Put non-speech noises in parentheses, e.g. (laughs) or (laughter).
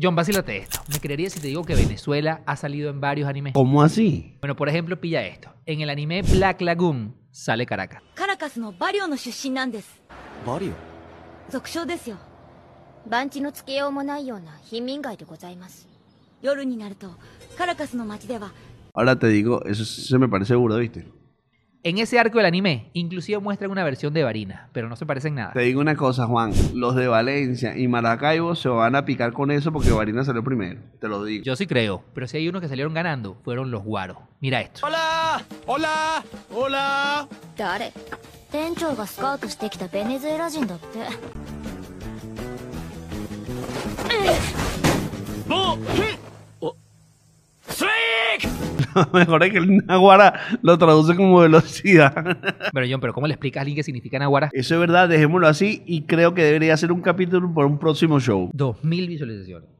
John, vacílate esto. Me creería si te digo que Venezuela ha salido en varios animes. ¿Cómo así? Bueno, por ejemplo, pilla esto. En el anime Black Lagoon sale Caracas. カラカスのバリオの出身なんですバリオ俗称ですよ番地のつけようもないような貧民街でございます夜になるとカラカスの街では Ahora te digo, eso se me parece burda, ¿viste? En ese arco del anime, inclusive muestran una versión de Varina, pero no se parecen nada. Te digo una cosa, Juan. Los de Valencia y Maracaibo se van a picar con eso porque Varina salió primero. Te lo digo. Yo sí creo, pero si hay unos que salieron ganando, fueron los guaros. Mira esto. ¡Hola! ¡Hola! ¡Hola! 誰店長がスカウトしてきたベネズエラ人だってボーおスリーク Lo (laughs) mejor es que el Naguara lo traduce como velocidad. Pero John, pero ¿cómo le explicas a alguien qué significa Nahuara? Eso es verdad, dejémoslo así y creo que debería ser un capítulo por un próximo show. 2000 visualizaciones.